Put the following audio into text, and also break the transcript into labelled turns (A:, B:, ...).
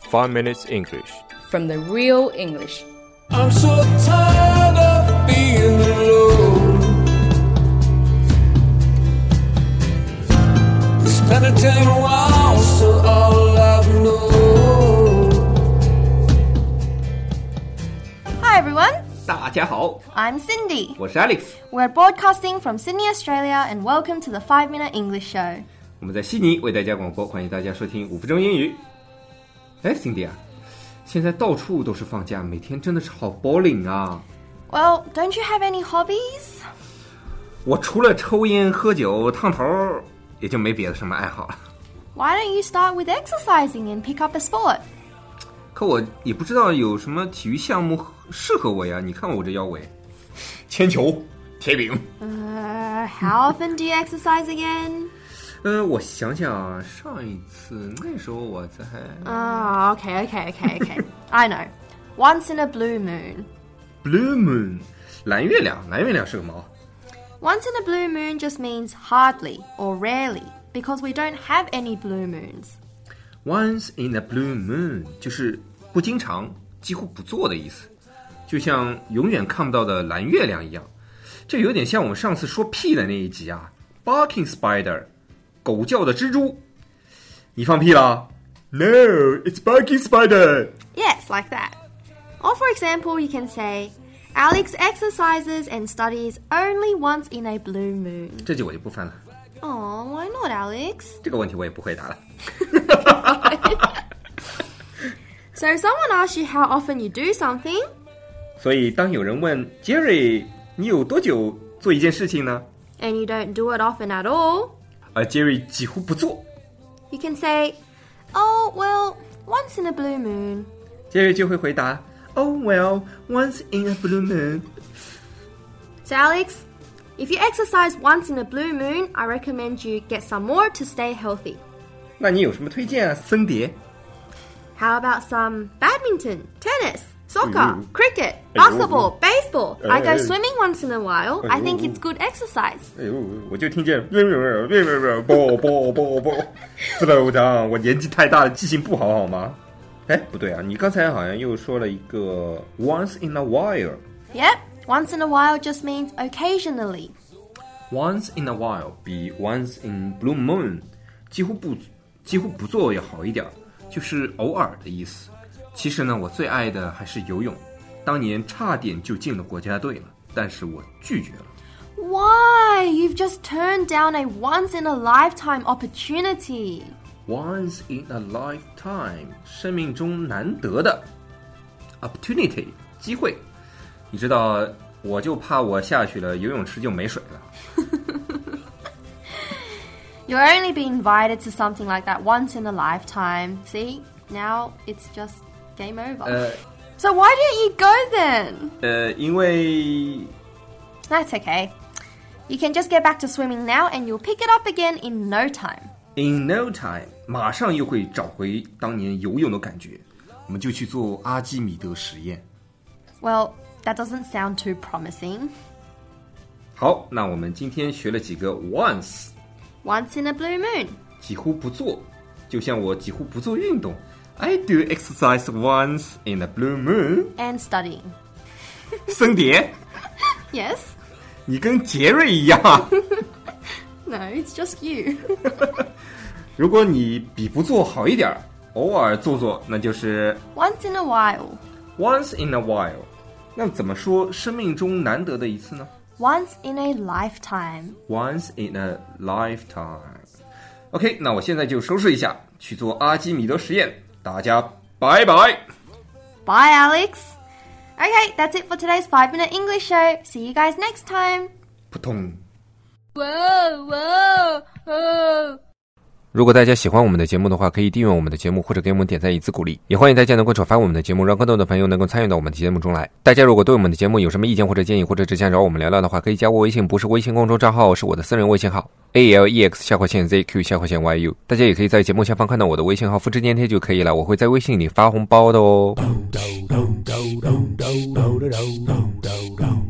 A: Five Minutes English.
B: from the real English.
C: I'm so tired of being alone. It's been a ten whiles so all I've known.
D: Hi everyone,
E: 大家好，
D: I'm Cindy.
E: 我是 Alex，
D: We're broadcasting from Sydney, Australia, and welcome to the 5 Minute English Show.
E: 我们在悉尼为大家广播，欢迎大家收听五分钟英语。哎，Cindy 啊，现在到处都是放假，每天真的是好 boring 啊！
D: Well, don't you have any hobbies?
E: 我除了抽烟、喝酒、烫头儿，也就没别的什么爱好了。
D: Why don't you start with exercising and pick up a sport?
E: 可我也不知道有什么体育项目适合我呀。你看我这腰围，铅球、铁饼。
D: Uh, how often do you exercise again?
E: 呃，我想想啊，上一次那时候我在
D: Oh, okay, okay, okay, okay. I know. Once in a blue moon.
E: Blue Moon 蓝月亮，蓝月亮是个毛。
D: Once in a blue moon just means hardly or rarely because we don't have any blue moons.
E: Once in a blue moon 就是不经常、几乎不做的意思，就像永远看不到的蓝月亮一样。这有点像我们上次说屁的那一集啊，barking spider，狗叫的蜘蛛。你放屁了？No，it's barking spider。
D: Yes, like that. Or for example, you can say, Alex exercises and studies only once in a blue moon.
E: 这句我就不翻了，
D: Oh, why not, Alex?
E: 这个问题我也不回答了。
D: So, if someone asks you how often you do something,
E: 所以当有人问 Jerry，你有多久做一件事情呢？
D: and you don't do it often at all,
E: 而 Jerry 几乎不做
D: you can say, Oh, well, once in a blue moon.
E: ，Jerry 就会回答，Oh well，once in a blue moon。
D: So, Alex, if you exercise once in a blue moon, I recommend you get some more to stay healthy.
E: 那你有什么推荐啊？森碟
D: How about some badminton, tennis, soccer,
E: Ooh.
D: cricket, basketball, baseball? I go swimming once in a while. I think it's good exercise.
E: 哎呦，我就听见别别别别别别不不不不，slow down，我年纪太大了，记性不好好吗？哎，不对啊，你刚才好像又说了一个 once in a while，once
D: Yep, once in a while just means occasionally.
E: in a while 比 once in blue moon 几乎不几乎不做要好一点儿，就是偶尔的意思。其实呢，我最爱的还是游泳，当年差点就进了国家队了，但是我拒绝了。
D: Why? You've just turned down a once in a lifetime opportunity.
E: Once in a lifetime，生命中难得的 opportunity 机会。你知道，我就怕我下去了，游泳池就没水了。
D: You'll only be invited to something like that once in a lifetime. See? Now it's just game over.
E: 呃
D: so why didn't you go then?
E: 呃，因为
D: That's okay. You can just get back to swimming now and you'll pick it up again in no time.
E: in no time，马上又会找回当年游泳的感觉。我们就去做阿基米德实验。
D: Well, that doesn't sound too promising.
E: 好，那我们今天学了几个 once，
D: Once in a blue moon.
E: 几乎不做，就像我几乎不做运动。I do exercise once in a blue moon。
D: And studying.
E: 森碟。
D: Yes?
E: 你跟杰瑞一样，啊
D: No, it's just you.
E: 如果你比不做好一点儿，偶尔做做，那就是
D: Once in a while.
E: once in a while。那怎么说生命中难得的一次呢
D: Once in a lifetime.
E: ？Once in a lifetime。OK，那我现在就收拾一下，去做阿基米德实验。大家拜拜。
D: Bye, Alex. Okay, that's it for today's 5 Minute English Show. See you guys next time.
E: 扑通。
D: Whoa, whoa, whoa.
A: 如果大家喜欢我们的节目的话，可以订阅我们的节目，或者给我们点赞以资鼓励。也欢迎大家能够转发我们的节目，让更多的朋友能够参与到我们的节目中来。大家如果对我们的节目有什么意见或者建议，或者只想找我们聊聊的话，可以加我微信，不是微信公众账号，是我的私人微信号 a l e x 下划线 z q 下划线 y u。大家也可以在节目下方看到我的微信号，复制粘贴就可以了。我会在微信里发红包的哦。
C: Do do do do do do do do do do do.